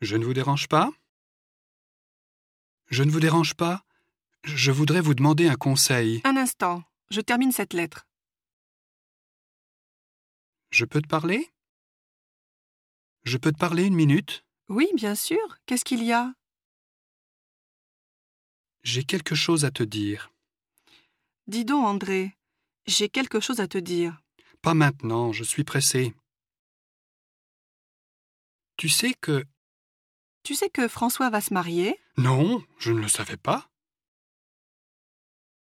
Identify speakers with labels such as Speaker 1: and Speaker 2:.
Speaker 1: Je ne vous dérange pas Je ne vous dérange pas Je voudrais vous demander un conseil.
Speaker 2: Un instant, je termine cette lettre.
Speaker 1: Je peux te parler Je peux te parler une minute
Speaker 2: Oui, bien sûr. Qu'est-ce qu'il y a
Speaker 1: J'ai quelque chose à te dire.
Speaker 2: Dis donc, André, j'ai quelque chose à te dire.
Speaker 1: Pas maintenant, je suis pressé. Tu sais que...
Speaker 2: Tu sais que François va se marier
Speaker 1: Non, je ne le savais pas.